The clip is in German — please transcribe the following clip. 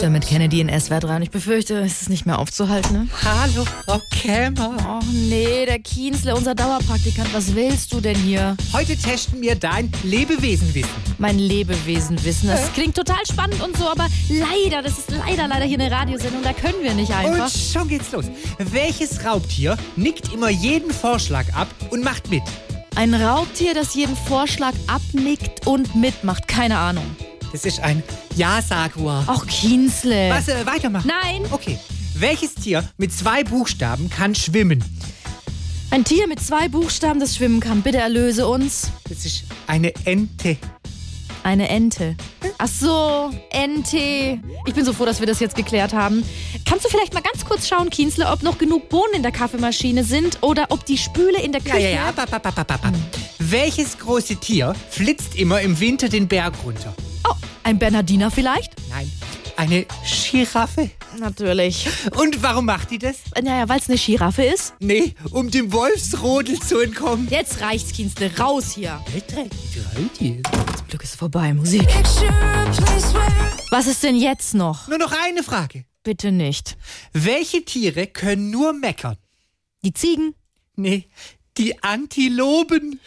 Damit Kennedy in SWR 3 und ich befürchte, es ist nicht mehr aufzuhalten. Ne? Hallo, Frau Kämmer. Oh nee, der Kienzle, unser Dauerpraktikant, was willst du denn hier? Heute testen wir dein Lebewesenwissen. Mein Lebewesen wissen. Das klingt total spannend und so, aber leider, das ist leider, leider hier eine Radiosendung, da können wir nicht einfach. Und schon geht's los. Welches Raubtier nickt immer jeden Vorschlag ab und macht mit? Ein Raubtier, das jeden Vorschlag abnickt und mitmacht. Keine Ahnung. Das ist ein Ja-Saguar. Auch Kienzle. Was, äh, weitermachen? Nein, Okay. Welches Tier mit zwei Buchstaben kann schwimmen? ein Tier mit zwei Buchstaben, das schwimmen kann. Bitte erlöse uns. Das ist eine Ente. Eine Ente. Ach so, Ente. Ich bin so froh, dass wir das jetzt geklärt haben. Kannst du vielleicht mal ganz kurz schauen, Kienzle, ob noch genug Bohnen in der Kaffeemaschine sind oder ob die Spüle in der Küche... Ba, ba, ba, ba, ba, ba. Welches große Tier flitzt immer im Winter den Berg runter? Oh, ein Bernardiner vielleicht? Nein, eine Giraffe. Natürlich. Und warum macht die das? Naja, weil es eine Giraffe ist. Nee, um dem Wolfsrodel zu entkommen. Jetzt reicht's, Kienzle, raus hier. Nur Zum Glück ist vorbei, Musik. Was ist denn jetzt noch? noch eine Frage. Bitte nicht. Welche Tiere können nur meckern? Die Ziegen? Nee, die Antilopen.